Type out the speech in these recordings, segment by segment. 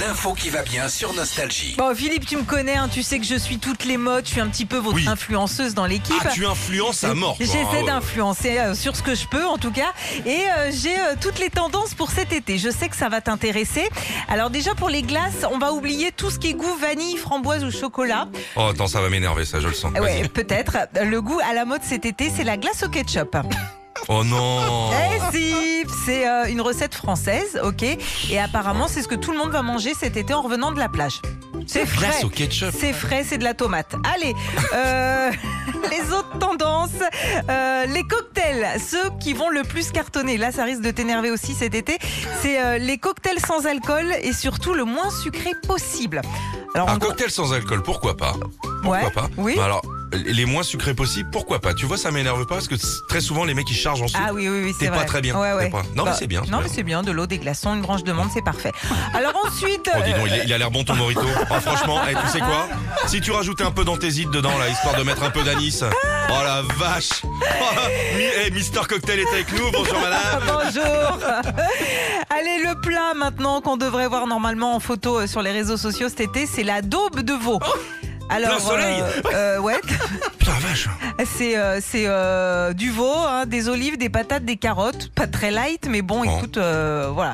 L'info qui va bien sur Nostalgie. Bon, Philippe, tu me connais, hein, tu sais que je suis toutes les modes, je suis un petit peu votre Oui. influenceuse dans l'équipe. Ah, tu influences à mort. toi, J'essaie hein, ouais. d'influencer euh, sur ce que je peux en tout cas et euh, j'ai euh, toutes les tendances pour cet été. Je sais que ça va t'intéresser. Alors déjà pour les glaces, on va oublier tout ce qui est goût vanille, framboise ou chocolat. Euh, Oh, attends, ça va m'énerver, ça, je le sens. Vas-y. Ah Ouais, peut-être. Le goût à la mode cet été, c'est la glace au ketchup. Oh non. Eh si, c'est euh, une recette française, ok. Et apparemment, c'est ce que tout le monde va manger cet été en revenant de la plage. C'est frais. Glace au ketchup. C'est frais, c'est de la tomate. Allez, euh, les autres tendances, euh, les cocktails, ceux qui vont le plus cartonner. Là, ça risque de t'énerver aussi cet été. C'est euh, les cocktails sans alcool et surtout le moins sucré possible. Alors, en Un gros- cocktail sans alcool, pourquoi pas Pourquoi Ouais, pas oui. Bah Alors, les moins sucrés possibles, pourquoi pas Tu vois, ça m'énerve pas parce que c'est- très souvent, les mecs, ils chargent en sucre. Ah oui, oui, oui, T'es c'est pas vrai. très bien, Ouais, t'es ouais. Bah, pas- Non, mais c'est bien, c'est Non, bien. mais c'est bien, de l'eau, des glaçons, une branche de menthe, c'est parfait. Alors ensuite. Oh, dis donc, euh, il a, il a l'air bon ton morito. Oh, franchement, eh, tu sais quoi Si tu rajoutais un peu d'anthésite dedans, là, histoire de mettre un peu d'anis. Oh la vache oh, mi- eh, Mister Cocktail est avec nous, bonjour madame Bonjour. Allez, le plat maintenant qu'on devrait voir normalement en photo euh, sur les réseaux sociaux cet été, c'est la daube de veau. Alors, Oh, plein soleil. euh, euh, ouais, Putain, vache c'est euh, c'est euh, du veau, hein, des olives, des patates, des carottes, pas très light, mais bon, Bon. écoute, euh, voilà.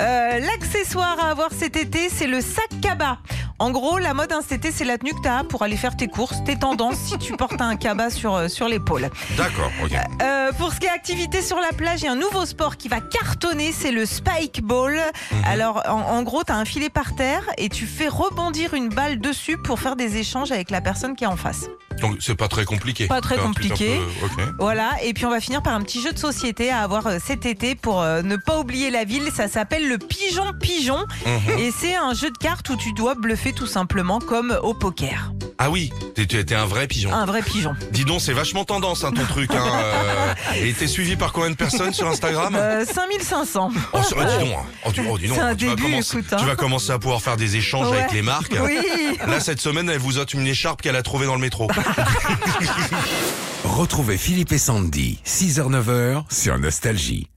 Euh, L'accessoire à avoir cet été, c'est le sac cabas. En gros, la mode hein, cet été, c'est la tenue que t'as pour aller faire tes courses, tes tendances, si tu portes un cabas sur euh, sur l'épaule. D'accord, ok. Euh, pour ce qui est activité sur la plage, il y a un nouveau sport qui va cartonner, c'est le spike ball. Alors, en, en gros, tu as un filet par terre et tu fais rebondir une balle dessus pour faire des échanges avec la personne qui est en face. Donc c'est pas très compliqué. Pas très C'est un truc un compliqué. peu- ok. Voilà, et puis on va finir par un petit jeu de société à avoir euh, cet été pour euh, ne pas oublier la ville. Ça s'appelle le pigeon pigeon Mhm. et c'est un jeu de cartes où tu dois bluffer tout simplement comme au poker. Ah oui, t'es- t'es t'es un vrai pigeon. Un vrai pigeon. Dis donc, c'est vachement tendance hein, ton truc. Hein, euh, et t'es suivi par combien de personnes sur Instagram Euh, 5500. Oh, sur- dis donc, hein. Oh, tu, oh, dis donc, C'est un tu début, vas commencer, écoute, hein. tu vas commencer à pouvoir faire des échanges Ouais. avec les marques. Oui. Là, cette semaine, elle vous ôte une écharpe qu'elle a trouvée dans le métro. Retrouvez Philippe et Sandy, 6h-9h sur Nostalgie.